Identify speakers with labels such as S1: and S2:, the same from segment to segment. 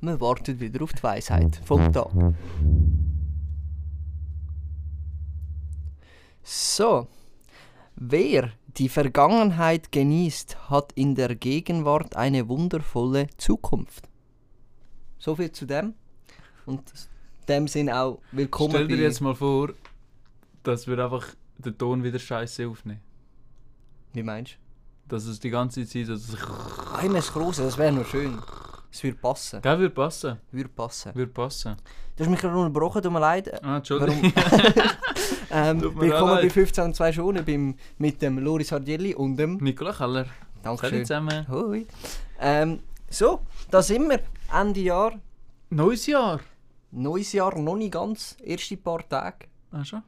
S1: Man wartet wieder auf die Weisheit vom Tag. So. Wer die Vergangenheit genießt, hat in der Gegenwart eine wundervolle Zukunft. So viel zu dem. Und in dem Sinn auch willkommen
S2: Stell dir
S1: bei-
S2: jetzt mal vor, dass wir einfach den Ton wieder scheiße aufnehmen.
S1: Wie meinst
S2: Dass es die ganze Zeit. Das
S1: du? Einmal das Große, das wäre noch schön. Es würde passen.
S2: Gell, würde passen.
S1: Würde passen.
S2: Würde passen.
S1: Du hast mich gerade unterbrochen, tut mir leid.
S2: Ah, Entschuldigung.
S1: Warum? ähm,
S2: Tut mir
S1: willkommen
S2: auch leid.
S1: bei 15 und 2 Schonen beim, mit dem Loris Hardielli und dem...
S2: Nicola Keller. Hallo
S1: Dankeschön.
S2: zusammen.
S1: Hoi. Ähm, so, da sind wir. Ende Jahr.
S2: Neues Jahr.
S1: Neues Jahr noch nicht ganz. Erste paar Tage.
S2: Ah, schon?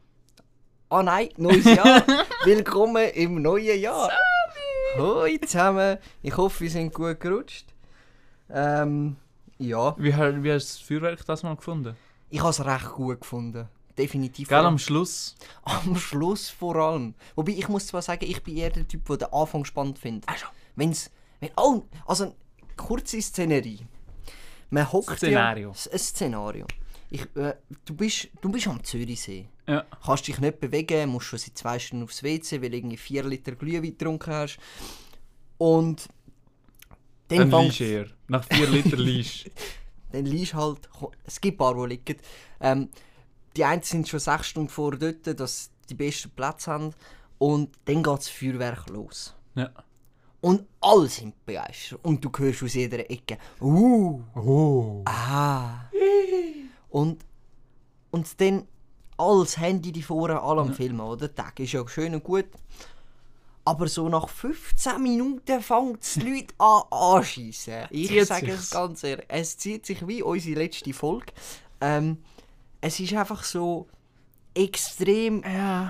S1: Ah nein, neues Jahr. Willkommen im neuen Jahr. Hoi zusammen. Ich hoffe, wir sind gut gerutscht. Ähm, ja,
S2: Wie, ha- wie hast du das Feuerwerk das mal gefunden?
S1: ich habe es recht gut gefunden. Definitiv.
S2: Gell, am Schluss.
S1: Am Schluss vor allem. Wobei ich muss zwar sagen, ich bin eher der Typ, der den Anfang spannend findet.
S2: Ah, schon.
S1: Wenn's, wenn, oh, also eine kurze Szenerie. Man hockt
S2: Szenario.
S1: Ja, S- ein Szenario. Ich, äh, du, bist, du bist am Zürichsee.
S2: Ja.
S1: Kannst dich nicht bewegen, musst schon seit zwei Stunden aufs WC, weil du irgendwie vier Liter Glühwein getrunken hast. Und
S2: Dann
S1: fängt-
S2: liegst du eher. Nach vier Liter liegst
S1: dann liegst halt, es gibt paar, die liegen. Ähm, die einen sind schon sechs Stunden vor dort, dass die besten Plätze haben. Und dann geht das Feuerwerk los.
S2: Ja.
S1: Und alle sind begeistert. Und du hörst aus jeder Ecke, uh,
S2: Oh.
S1: ah. Und, und dann alles Handy die vorne, alle am Filmen, oder? Der Tag ist ja schön und gut. Aber so nach 15 Minuten fängt es die Leute an anschiessen. Ich
S2: Zieht
S1: sage es
S2: sich's.
S1: ganz ehrlich. Es zieht sich wie unsere letzte Folge. Ähm, es ist einfach so extrem.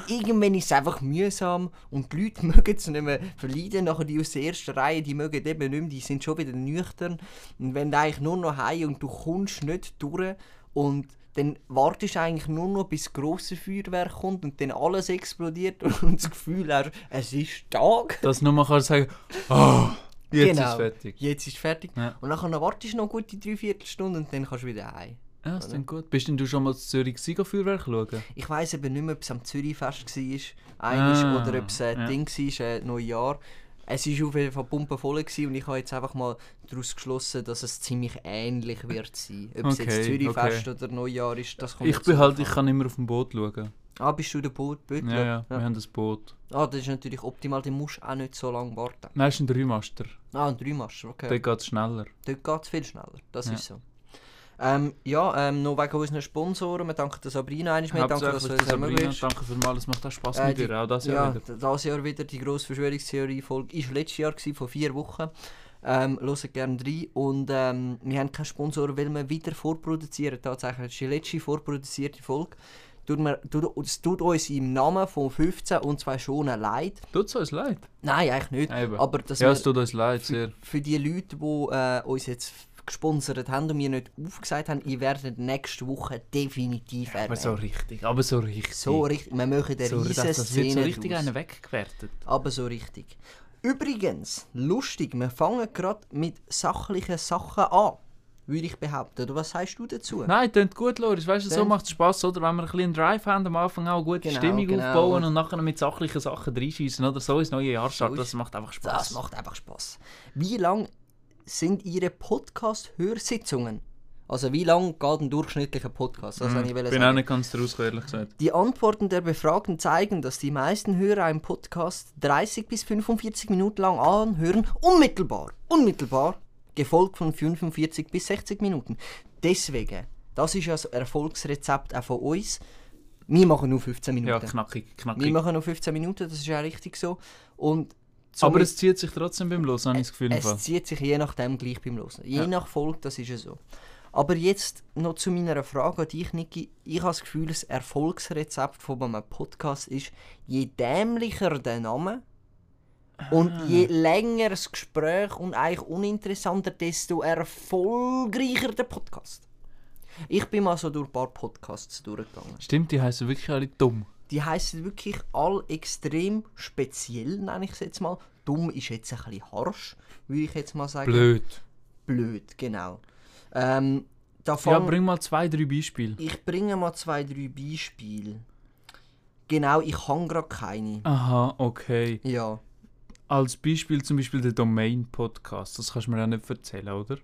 S1: Irgendwann ist es einfach mühsam und die Leute mögen es nicht mehr verleiden. Nachher die aus der ersten Reihe, die mögen eben nicht mehr, die sind schon wieder nüchtern. Und wenn du eigentlich nur noch heim und du kommst nicht durch und dann wartest du eigentlich nur noch, bis das grosse Feuerwerk kommt und dann alles explodiert und das Gefühl hast, es ist Tag.
S2: Dass du nochmal kannst sagen, oh, jetzt
S1: Genau.
S2: ist fertig.
S1: Jetzt ist fertig.
S2: Ja.
S1: Und nachher wartest du noch gute Dreiviertelstunde und dann kannst du wieder heim.
S2: Ja, ist dann gut. Bist denn du schon mal zu Zürich gewesen, Feuerwerk schauen?
S1: Ich weiß eben nicht mehr, ob es am Zürichfest war, einiges,
S2: Ah,
S1: oder ob es ein
S2: ja.
S1: Ding war, äh, Neujahr. Es war auf jeden Fall pumpenvoll gewesen und ich habe jetzt einfach mal daraus geschlossen, dass es ziemlich ähnlich wird sein. Ob es
S2: Okay,
S1: jetzt Zürichfest oder Neujahr ist, das kommt
S2: Ich
S1: jetzt
S2: bin
S1: noch
S2: halt,
S1: drauf
S2: ich kann immer auf dem Boot schauen.
S1: an. Ah, bist du der Boot Böttler?
S2: Ja, ja, wir
S1: Ja.
S2: haben das Boot.
S1: Ah, das ist natürlich optimal, dann musst du auch nicht so lange warten.
S2: Nein, ist ein Dreimaster.
S1: Ah, ein Dreimaster, okay.
S2: Dort geht es schneller.
S1: Dort geht es viel schneller, das
S2: Ja.
S1: ist so. Ähm, ja, ähm, noch wegen unseren Sponsoren, wir danken der Sabrina eines mehr, danke, dass du
S2: Hauptsächlich
S1: uns
S2: der Sabrina,
S1: ermöglicht
S2: danke für mal, es macht auch Spass
S1: Äh,
S2: mit
S1: die-
S2: dir, auch das
S1: ja,
S2: Jahr wieder.
S1: d- das Jahr wieder die grosse Verschwörungstheorie-Folge. Ist letztes Jahr gewesen, vor vier Wochen. Ähm, hört gerne rein. Und ähm, wir haben keinen Sponsor, weil wir wieder vorproduzieren. Tatsächlich, das ist die letzte vorproduzierte Folge. Tut mir, tut, es tut uns im Namen von 15 und 2 Schonen leid.
S2: Tut's uns leid.
S1: Nein, eigentlich nicht.
S2: Eben.
S1: Äh, Aber dass
S2: ja,
S1: wir-
S2: es tut uns leid, sehr.
S1: für die Leute, die äh, uns jetzt gesponsert haben und mir nicht aufgesagt haben, ich werde nächste Woche definitiv erwähnt.
S2: Aber so richtig, aber so richtig.
S1: So richtig, wir machen eine
S2: so,
S1: riesen
S2: dass, das wird so
S1: Szene
S2: richtig
S1: draus.
S2: einen weggewertet.
S1: Aber so richtig. Übrigens, lustig, wir fangen gerade mit sachlichen Sachen an, würde ich behaupten. Oder was sagst du dazu?
S2: Nein, tönt gut, Loris. Weißt du, so
S1: Tönt-
S2: macht es Spass, oder? Wenn wir ein bisschen einen Drive haben, am Anfang auch eine gute
S1: Genau,
S2: Stimmung
S1: genau.
S2: aufbauen und nachher mit sachlichen Sachen reinschießen, oder? So ins neue Jahr starten,
S1: ist-
S2: das macht einfach Spass.
S1: Das macht einfach Spaß. Wie lang sind Ihre Podcast-Hörsitzungen? Also wie lang geht ein durchschnittlicher Podcast? Das wollte ich
S2: ich Mhm. bin auch
S1: sagen.
S2: nicht ganz draus, ehrlich gesagt.
S1: Die Antworten der Befragten zeigen, dass die meisten Hörer einen Podcast 30 bis 45 Minuten lang anhören, unmittelbar, unmittelbar, gefolgt von 45 bis 60 Minuten. Deswegen, das ist ja das Erfolgsrezept auch von uns. Wir machen nur 15 Minuten.
S2: Ja, knackig,
S1: Wir
S2: knackig.
S1: machen nur 15 Minuten, das ist ja richtig so. Und
S2: Aber
S1: somit-
S2: es zieht sich trotzdem beim Los, habe ich das Gefühl. im Fall.
S1: es zieht sich je nachdem gleich beim Losen. Je
S2: Ja.
S1: nach Folge, das ist ja so. Aber jetzt noch zu meiner Frage an dich, Niki. Ich habe das Gefühl, das Erfolgsrezept von einem Podcast ist, je dämlicher der Name und
S2: Ah.
S1: je länger das Gespräch und eigentlich uninteressanter, desto erfolgreicher der Podcast. Ich bin mal so durch ein paar Podcasts durchgegangen.
S2: Stimmt, die heißen wirklich alle dumm.
S1: Die heißen wirklich all extrem speziell, nenne ich es jetzt mal. Dumm ist jetzt ein bisschen harsch, würde ich jetzt mal sagen
S2: Blöd.
S1: blöd, genau. Ähm, da
S2: Ja,
S1: fang-
S2: bring mal zwei, drei Beispiele.
S1: ich bringe mal zwei, drei Beispiele. Genau, ich habe gerade keine.
S2: Aha, okay.
S1: Ja.
S2: Als Beispiel zum Beispiel der Domain-Podcast. Das kannst du mir ja nicht erzählen, oder?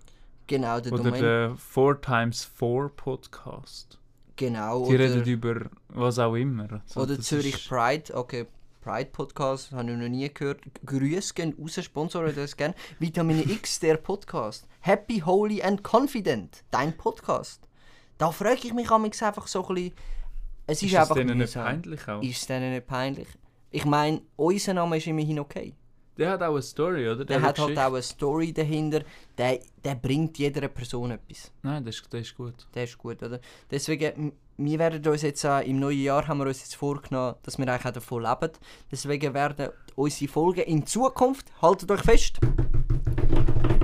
S1: Genau, der
S2: oder
S1: Domain.
S2: der 4x4-Podcast.
S1: genau,
S2: Die
S1: oder,
S2: reden über was auch immer. So,
S1: oder
S2: das
S1: Zürich
S2: ist-
S1: Pride. Okay, Pride Podcast, habe ich noch nie gehört. Grüße gehen raus, sponsoren das gerne. Vitamin X, der Podcast. Happy, Holy and Confident, dein Podcast. Da frage ich mich manchmal einfach so ein bisschen. Es ist,
S2: Ist das
S1: einfach
S2: denen nicht
S1: mühsam.
S2: peinlich auch?
S1: Ist es denen nicht peinlich? Ich meine, unser Name ist immerhin okay.
S2: Der hat auch eine Story, oder?
S1: Der hat halt
S2: Geschichte.
S1: auch eine Story dahinter. Der, der bringt jeder Person etwas.
S2: Nein, das ist, das ist gut.
S1: Der ist gut, oder? Deswegen, m- wir werden uns jetzt auch, im neuen Jahr haben wir uns jetzt vorgenommen, dass wir eigentlich auch davon leben. Deswegen werden unsere Folgen in Zukunft, haltet euch fest,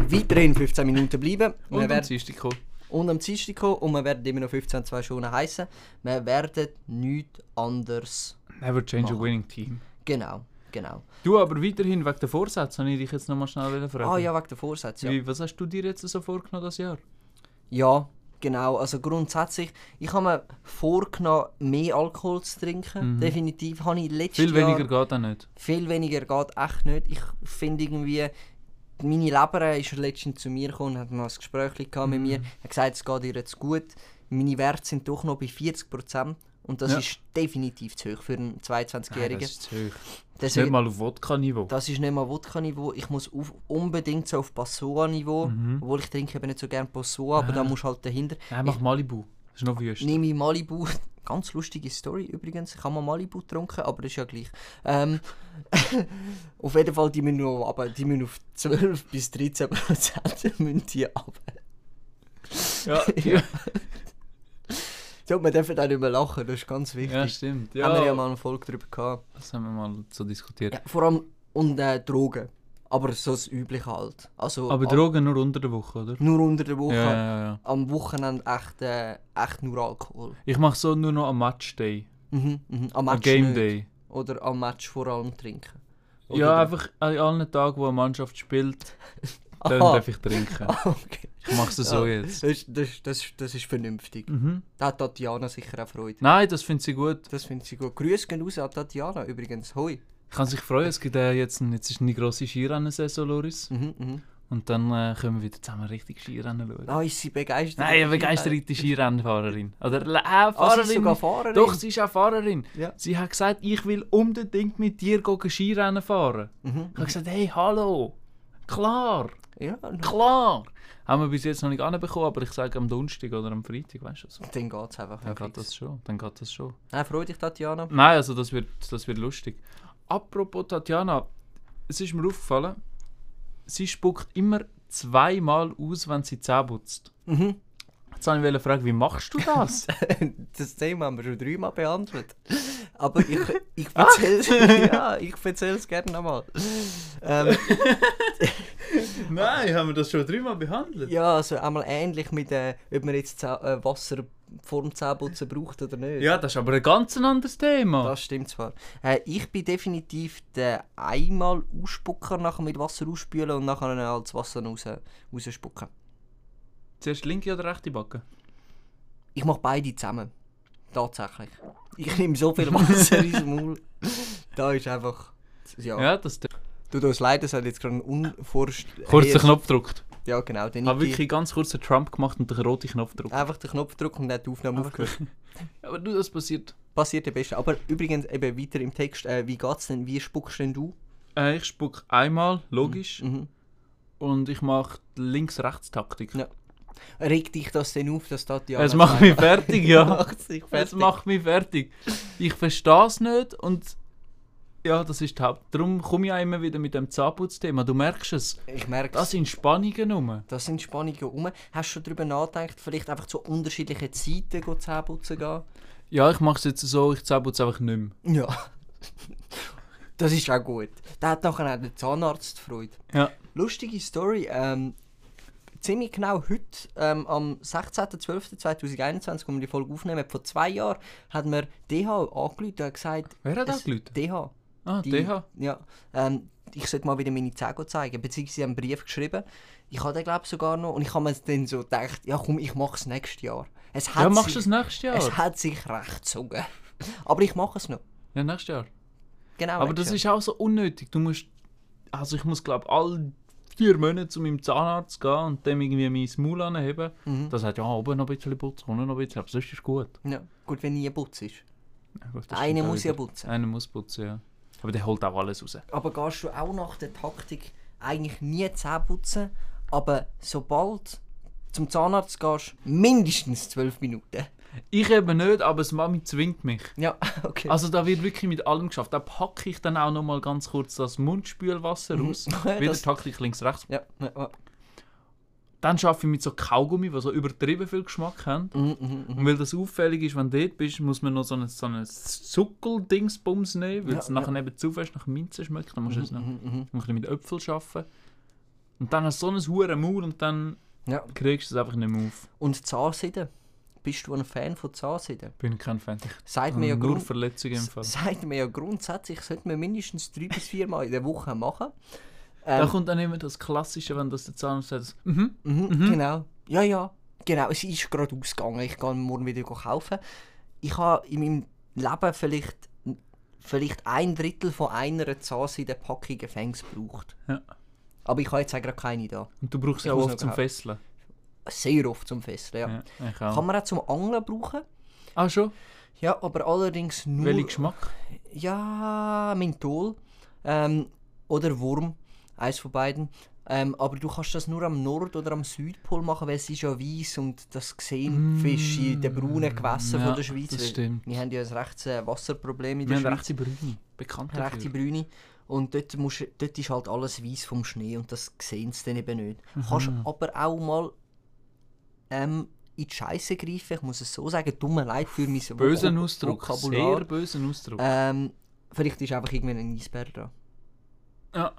S1: weiterhin 15 Minuten bleiben. Wir
S2: Und am
S1: werden-
S2: Dienstag kommt.
S1: und am Dienstag kommen und wir werden immer noch 15 zwei Stunden heißen. Wir werden nichts anders.
S2: Never change a
S1: Machen.
S2: winning team.
S1: Genau, genau.
S2: Du, aber weiterhin wegen der Vorsätze habe ich dich jetzt nochmal schnell wollen fragen.
S1: Ah ja, wegen der Vorsätze. Ja.
S2: Wie, was hast du dir jetzt so vorgenommen das Jahr?
S1: Ja, genau. Also grundsätzlich, ich habe mir vorgenommen, mehr Alkohol zu trinken.
S2: Mhm.
S1: Definitiv habe ich letztes
S2: Viel
S1: Jahr...
S2: weniger geht auch nicht.
S1: Viel weniger geht echt nicht. Ich finde irgendwie... Meine Leber ist letztens zu mir gekommen, hat mal ein Gespräch gehabt
S2: Mhm.
S1: mit mir. hat gesagt, es geht ihr jetzt gut. Meine Werte sind doch noch bei 40%. Und das
S2: Ja.
S1: ist definitiv zu hoch für einen
S2: Nein,
S1: 22-Jährigen.
S2: das ist zu hoch. Nicht
S1: Deswegen,
S2: mal auf Wodka-Niveau.
S1: das ist nicht mal Wodka-Niveau. Ich muss auf, unbedingt so auf Passoa-Niveau.
S2: Mhm.
S1: Obwohl ich trinke eben nicht so gerne Passoa, aber da musst du halt dahinter.
S2: Nein, mach Malibu. Das ist noch wüst.
S1: nehme ich Malibu. Ganz lustige Story übrigens. Ich habe mal Malibu getrunken, aber das ist ja gleich. Ähm, auf jeden Fall, die müssen, noch runter. die müssen auf 12 bis 13 Prozent müssen die runter.
S2: Ja, ja.
S1: So, man darf da nicht mehr lachen, das ist ganz
S2: ja,
S1: wichtig.
S2: stimmt.
S1: Ja, haben wir ja
S2: Ja,
S1: mal eine Folge darüber gehabt.
S2: das haben wir mal so diskutiert.
S1: Ja, vor allem und äh, Drogen. Aber so das Übliche halt. Also
S2: Aber
S1: ab-
S2: Ah, Drogen nur unter der Woche, oder?
S1: nur unter der Woche.
S2: Ja, ja, ja.
S1: Am Wochenende echt, äh, echt nur Alkohol.
S2: Ich mache so nur noch am Matchday.
S1: Mhm, mhm. Am
S2: Am
S1: Match
S2: Game
S1: nicht.
S2: Day.
S1: Oder am Match vor allem trinken.
S2: Ja, eh, einfach an allen Tagen, wo eine Mannschaft spielt, dann
S1: Aha.
S2: darf ich trinken.
S1: Oh. Okay.
S2: Ich mache es so jetzt.
S1: Das, ist- das, ist- das, ist- das ist vernünftig.
S2: Mhm.
S1: Da hat Tatjana sicher auch Freude.
S2: Nein, das finde ich gut.
S1: Das finde ich gut. Grüße gehen raus an Tatjana übrigens. Hoi.
S2: Kann sich freuen, es gibt äh, jetzt, ein- jetzt ist eine grosse Skirennensaison, Loris.
S1: Mhm, mhm.
S2: Und dann äh, können wir wieder zusammen richtig Skirennen schauen.
S1: Ah, ist sie begeistert.
S2: Nein, eine begeisterte Skirennfahrerin. Oder äh,
S1: Ah, sie
S2: Fahrerin.
S1: ist sogar Fahrerin.
S2: Doch, sie ist auch Fahrerin.
S1: Ja.
S2: Sie hat gesagt, ich will unbedingt mit dir gehen Skirennen fahren.
S1: Mhm.
S2: Ich habe gesagt, hey, hallo. Klar,
S1: Ja, na,
S2: klar. Haben wir bis jetzt noch nicht anbekommen, aber ich sage am Donnerstag oder am Freitag, weißt du so.
S1: dann geht's einfach.
S2: Dann
S1: fix.
S2: geht das schon. Dann geht das schon.
S1: Nein, freu dich, Tatjana.
S2: Nein, also das wird, das wird lustig. Apropos Tatjana, es ist mir aufgefallen, sie spuckt immer zweimal aus, wenn sie die Zähne putzt.
S1: Mhm.
S2: Jetzt habe ich wollte fragen, wie machst du das?
S1: Das Thema haben wir schon dreimal behandelt. Aber ich, ich
S2: Ah.
S1: erzähle ja, ich es gerne nochmal. Ähm,
S2: Nein, haben wir das schon dreimal behandelt?
S1: ja, also einmal ähnlich mit, äh, ob man jetzt Zäh- äh, Wasser vorm Zähneputzen braucht oder nicht.
S2: Ja, das ist aber ein ganz anderes Thema.
S1: Das stimmt zwar. Äh, ich bin definitiv der einmal Ausspucker, nachher mit Wasser ausspülen und nachher dann halt das Wasser raus, rausspucken.
S2: Zuerst linke oder rechte Backe?
S1: Ich mache beide zusammen. Tatsächlich. Ich nehme so viel Wasser ins Maul. Da ist einfach... Ja.
S2: Ja, das der
S1: Tut uns leid, das hat jetzt gerade einen unvorstellbaren...
S2: Kurzer Knopf gedrückt.
S1: Ja, genau. Der
S2: Ich habe
S1: Niki.
S2: wirklich ganz kurz den Trump gemacht und den roten Knopf gedrückt.
S1: Einfach den Knopf drücken und dann hat die Aufnahme aufgehört.
S2: Aber du, das passiert.
S1: Passiert am besten. Aber übrigens, eben weiter im Text, äh, wie geht's denn? Wie spuckst denn du?
S2: Äh, ich spuck einmal, logisch.
S1: Mhm.
S2: Und ich mache die Links-Rechts-Taktik.
S1: Ja. Regt dich das denn auf, dass das ja...
S2: es macht mich fertig, ja.
S1: Macht sich
S2: es
S1: fertig.
S2: macht mich fertig. Ich verstehe es nicht und ja, das ist die Haupt. Darum komme ich auch immer wieder mit dem Zahnputzthema. Du merkst es.
S1: Ich merke
S2: Das
S1: das.
S2: sind Spannungen rum.
S1: Das sind Spannungen um. Hast du schon darüber nachgedacht, vielleicht einfach zu unterschiedlichen Zeiten go Zähne putzen gehen?
S2: Ja, ich mache es jetzt so, ich Zahnputz einfach nicht mehr.
S1: Ja. Das ist auch gut. Da hat nachher auch der Zahnarzt Freude.
S2: Ja.
S1: Lustige Story. Ähm, ziemlich genau heute, ähm, am 16.12.2021, wo wir die Folge aufnehmen, vor zwei Jahren, hat mir DH angerufen und hat gesagt...
S2: Wer hat
S1: es-
S2: angerufen?
S1: DH.
S2: Ah,
S1: Die,
S2: DH.
S1: Ja. Ähm, ich sollte mal wieder meine Zähne zeigen. Beziehungsweise sie haben einen Brief geschrieben. Ich habe den glaube sogar noch und ich habe mir dann so gedacht, ja komm, ich mache es nächstes Jahr. Es hat
S2: Ja, machst
S1: sich,
S2: du es nächstes
S1: es
S2: Jahr?
S1: hat sich recht gezogen. Aber ich mache es noch.
S2: Ja, nächstes Jahr.
S1: Genau.
S2: Aber das ist auch so unnötig. Du musst. Also ich muss glaube alle vier Monate zu meinem Zahnarzt gehen und dem irgendwie mein Maul anheben.
S1: Mhm.
S2: Das sagt, ja, oben noch ein bisschen putzen, unten noch ein bisschen, aber sonst ist gut.
S1: Ja, gut, wenn nie putzt ist.
S2: Ja, gut, das
S1: Einer
S2: stimmt auch
S1: muss ja
S2: wieder.
S1: putzen.
S2: Einer muss putzen, ja. Aber der holt auch alles raus.
S1: Aber gehst du auch nach der Taktik eigentlich nie Zähne putzen, aber sobald zum Zahnarzt gehst, mindestens 12 Minuten.
S2: Ich eben nicht, aber das Mami zwingt mich.
S1: Ja, okay.
S2: Also da wird wirklich mit allem geschafft. Da packe ich dann auch noch mal ganz kurz das Mundspülwasser raus.
S1: Ja,
S2: Wieder
S1: Mhm. das-
S2: Taktik links, rechts.
S1: ja, ja, ja.
S2: Dann schaffe ich mit so Kaugummi, die so übertrieben viel Geschmack haben.
S1: Mhm, mhm, mhm.
S2: Und weil das auffällig ist, wenn du dort bist, muss man noch so einen so einen Zuckel-Dingsbums nehmen, weil
S1: Ja,
S2: es nachher eben zu fest nach Minze schmeckt. Dann musst du jetzt noch
S1: Mhm, mhm.
S2: ein bisschen mit Äpfel arbeiten. Und dann hast du so einen hohen Maul und dann
S1: Ja.
S2: kriegst du es einfach nicht mehr auf.
S1: Und Zahnseide? Bist du ein Fan von Zahnseide?
S2: Ich bin kein Fan.
S1: Sagt mir ja,
S2: Nur
S1: grund
S2: Verletzungen im Fall.
S1: sagt mir ja grundsätzlich, sollte man mindestens drei bis vier Mal in der Woche machen.
S2: Da
S1: Ähm,
S2: kommt dann immer das Klassische, wenn das der Zahnarzt sagt, mhm,
S1: mhm, Genau. Ja, ja. Genau, es ist gerade ausgegangen. Ich kann morgen wieder kaufen. Ich habe in meinem Leben vielleicht, vielleicht ein Drittel von einer Zahnseide-Packung Gefängnis gebraucht.
S2: Ja.
S1: Aber ich habe jetzt auch gerade keine da.
S2: und du brauchst
S1: Ich
S2: ja auch
S1: muss
S2: oft
S1: noch
S2: zum
S1: kaufen.
S2: Fesseln.
S1: Sehr oft zum Fesseln, ja.
S2: Ja, ich
S1: Kann
S2: auch.
S1: man auch zum Angeln brauchen.
S2: Ah schon?
S1: Ja, aber allerdings nur...
S2: Welchen Geschmack?
S1: Ja, Menthol. Ähm, oder Wurm. Eins von beiden. Ähm, aber du kannst das nur am Nord- oder am Südpol machen, weil es ist ja weiss und das sehen Fische in den braunen Gewässern
S2: Mm. Ja,
S1: von der Schweiz.
S2: das
S1: weil
S2: stimmt.
S1: Wir haben ja ein rechtes äh, Wasserproblem in
S2: Wir
S1: der
S2: haben
S1: Schweiz.
S2: rechte Brüne, bekannt
S1: Rechte, rechte
S2: dafür.
S1: Brüne. Und dort, musst, du- dort ist halt alles weiß vom Schnee und das sehen sie dann eben nicht. Kannst
S2: Mhm.
S1: aber auch mal ähm, in die Scheiße greifen, ich muss es so sagen, dumme Leid für mein Vok-
S2: Bösen Ausdruck,
S1: Vokabular.
S2: sehr bösen Ausdruck.
S1: Ähm, vielleicht ist einfach irgendwann ein Eisbär dran.
S2: Ja.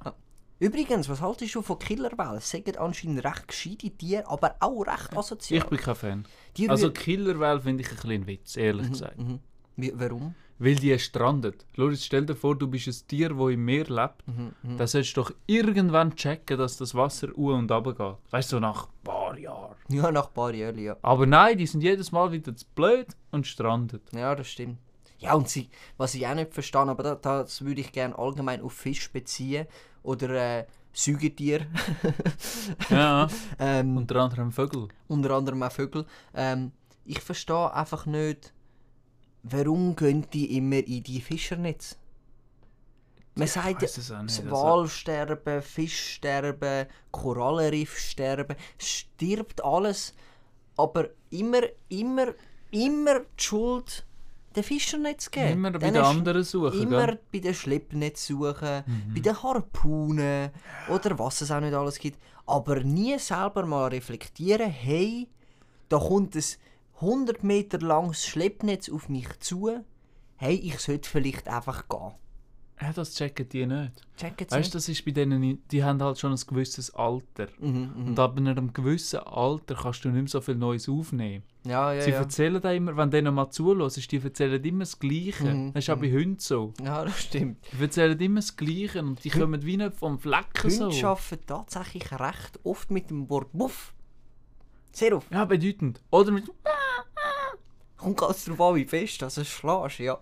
S1: Übrigens, was haltest du von Killerwellen? Es sind anscheinend recht gescheite Tiere, aber auch recht asozial.
S2: Ich bin kein Fan.
S1: die
S2: Also
S1: rühren-
S2: Killerwelle finde ich ein bisschen ein Witz, ehrlich gesagt.
S1: Mhm. Wie- Warum?
S2: Weil die strandet. Loris, stell dir vor, du bist ein Tier, das im Meer lebt.
S1: Mhm. mhm.
S2: Das solltest du doch irgendwann checken, dass das Wasser u und runter geht. Weißt du, so nach ein paar Jahren.
S1: Ja, nach ein paar Jahren, ja.
S2: Aber nein, die sind jedes Mal wieder zu blöd und strandet.
S1: Ja, das stimmt. Ja, und sie, was ich auch nicht verstehe, aber da, das würde ich gerne allgemein auf Fisch beziehen oder äh, Säugetier.
S2: Ja,
S1: ähm,
S2: unter anderem Vögel.
S1: unter anderem auch Vögel. Ähm, ich verstehe einfach nicht, warum gehen die immer in die Fischernetze? Man sagt ja,
S2: weiss es auch nicht,
S1: das
S2: also-
S1: Walsterben, Fischsterben, Korallenriffsterben, stirbt alles, aber immer, immer, immer die Schuld den Fischernetz geben.
S2: Immer bei
S1: Denen
S2: den
S1: sch-
S2: anderen suchen.
S1: Immer
S2: gell? Mhm.
S1: bei den Schleppnetzen suchen, bei den Harpunen oder was es auch nicht alles gibt. Aber nie selber mal reflektieren, hey, da kommt ein 100 Meter langes Schleppnetz auf mich zu. Hey, ich sollte vielleicht einfach gehen.
S2: Ja, das checken die nicht.
S1: Checkt
S2: Weißt du, das ist bei denen, die haben halt schon ein gewisses Alter.
S1: Mhm.
S2: Und ab einem gewissen Alter kannst du nicht mehr so viel Neues aufnehmen.
S1: Ja, ja,
S2: Sie
S1: ja.
S2: erzählen da immer, wenn denen mal zuhörst, die erzählen immer das Gleiche.
S1: Mhm.
S2: Das ist auch bei Hunden so.
S1: Ja, das stimmt.
S2: Die erzählen immer das Gleiche und die kommen wie nicht vom Flecken
S1: Hunde
S2: so.
S1: arbeiten tatsächlich recht oft mit dem Wort Buff. Sehr oft.
S2: Ja, bedeutend. Oder mit,
S1: Kommt ganz drauf an, wie fest dass du es schlägst, ja.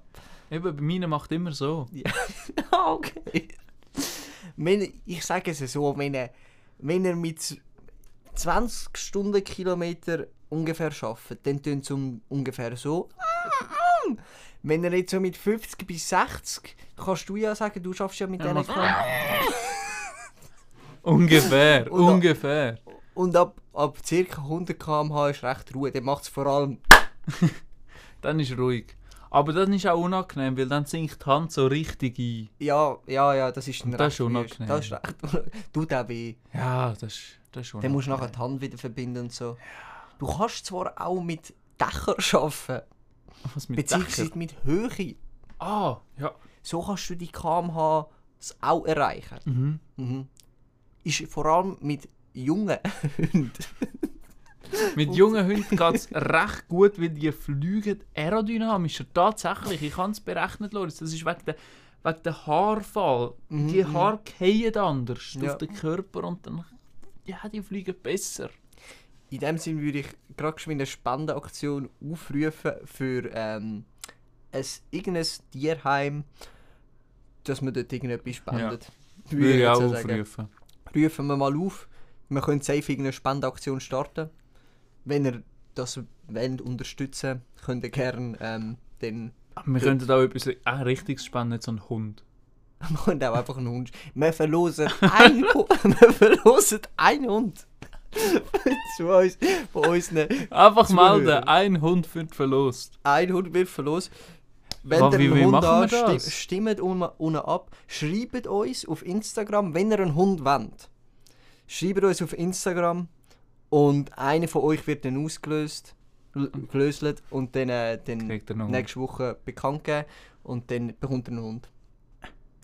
S2: eben, bei meinen macht immer so.
S1: Ah, okay. Wenn, ich sage es so, wenn er, wenn er mit z- 20 Stundenkilometer ungefähr arbeitet, dann tönt es um, ungefähr so. Wenn er jetzt so mit 50 bis 60, kannst du ja sagen, du schaffst ja mit
S2: Ja,
S1: denen.
S2: macht Ungefähr,
S1: Und da-
S2: ungefähr.
S1: Und ab, ab ca. 100 km/h ist recht Ruhe. Dann macht es vor allem.
S2: Dann ist ruhig. Aber das ist auch unangenehm, weil dann sinkt die Hand so richtig ein.
S1: Ja, ja, ja, das ist ein
S2: Und das ist
S1: recht
S2: unangenehm.
S1: Das ist recht unangenehm. Tut auch weh.
S2: Ja, das ist, das ist
S1: Dann
S2: unangenehm.
S1: musst du nachher die Hand wieder verbinden und so. Du kannst zwar auch mit Dächern arbeiten.
S2: Was mit Dächern?
S1: Beziehungsweise mit Höhe.
S2: Ah, ja.
S1: So kannst du die kmh s auch erreichen.
S2: Mhm.
S1: Mhm. Ist vor allem mit jungen Hunden.
S2: Mit
S1: Oh.
S2: jungen Hunden geht es recht gut, weil die fliegen aerodynamischer. Tatsächlich, ich kann es berechnen, Loris. Das ist wegen der, wegen der Haarfall. Die Haare fallen anders
S1: Mhm, Ja.
S2: auf den Körper und dann ja, die fliegen besser.
S1: In dem Sinn würde ich gerade geschwind eine Spendenaktion aufrufen für ähm, ein, irgendein Tierheim, dass man dort irgendetwas spendet.
S2: Würde ich
S1: jetzt
S2: auch
S1: so sagen.
S2: aufrufen.
S1: Rufen wir mal auf. Wir können safe irgendeine Spendenaktion starten. Wenn ihr das wollt, unterstützen könnt ihr gerne ähm, den
S2: Wir könnten auch etwas ah, richtig Spannendes, so einen Hund.
S1: und auch einfach einen Hund. Wir verlosen einen Hund. Wir verlosen einen Hund. Zu uns, von unseren
S2: Einfach
S1: Zuhörer.
S2: melden, ein Hund wird verlost.
S1: Ein Hund wird verlost. Wenn
S2: Wa-
S1: ihr
S2: wie-
S1: einen
S2: wie
S1: Hund
S2: machen wir
S1: habt,
S2: das?
S1: sti- stimmt unten unten ab. Schreibt uns auf Instagram, wenn ihr einen Hund wollt. Schreibt uns auf Instagram und einer von euch wird dann ausgelöst l- gelöselt und dann, äh, dann
S2: Kriegt er noch einen Hund.
S1: nächste Woche bekannt gegeben und dann bekommt ihr einen Hund.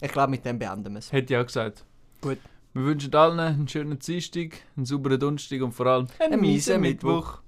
S1: Ich glaube, mit dem beenden wir es.
S2: Hätte ich auch gesagt.
S1: Gut.
S2: Wir wünschen allen einen schönen Dienstag, einen sauberen Donnerstag und vor allem
S1: Einen miesen Mittwoch.